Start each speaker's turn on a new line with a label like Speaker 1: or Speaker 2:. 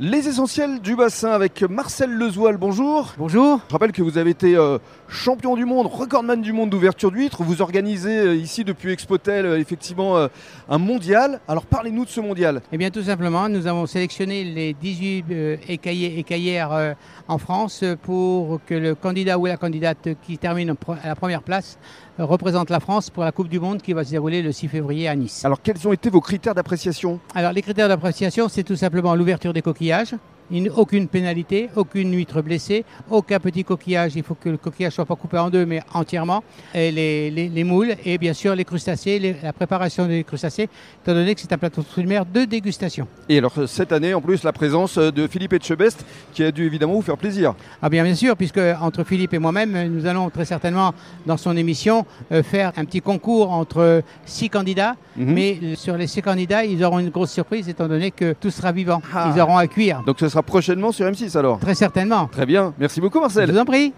Speaker 1: Les essentiels du bassin avec Marcel Lezoil, bonjour.
Speaker 2: Bonjour.
Speaker 1: Je rappelle que vous avez été euh, champion du monde, recordman du monde d'ouverture d'huîtres. Vous organisez euh, ici depuis Expotel euh, effectivement euh, un mondial. Alors parlez-nous de ce mondial.
Speaker 2: Eh bien, tout simplement, nous avons sélectionné les 18 euh, écaillers écaillères euh, en France euh, pour que le candidat ou la candidate qui termine en pre- à la première place euh, représente la France pour la Coupe du Monde qui va se dérouler le 6 février à Nice.
Speaker 1: Alors quels ont été vos critères d'appréciation
Speaker 2: Alors, les critères d'appréciation, c'est tout simplement l'ouverture des coquillages. Il n'y a Aucune pénalité, aucune huître blessée, aucun petit coquillage. Il faut que le coquillage soit pas coupé en deux, mais entièrement. Et les, les- les moules et bien sûr les crustacés, les- la préparation des crustacés, étant donné que c'est un plateau de fruits de mer de dégustation.
Speaker 1: Et alors euh, cette année en plus la présence euh, de Philippe Etchebest qui a dû évidemment vous faire plaisir.
Speaker 2: Ah bien, bien sûr, puisque entre Philippe et moi-même, euh, nous allons très certainement, dans son émission, euh, faire un petit concours entre euh, six candidats.
Speaker 1: Mhm.
Speaker 2: Mais euh, sur les six candidats, ils auront une grosse surprise, étant donné que tout sera vivant.
Speaker 1: Ah.
Speaker 2: Ils auront à cuire.
Speaker 1: Donc ce sera prochainement sur M6 alors.
Speaker 2: Très certainement.
Speaker 1: Très bien, merci beaucoup
Speaker 2: Je
Speaker 1: Marcel.
Speaker 2: vous en prie.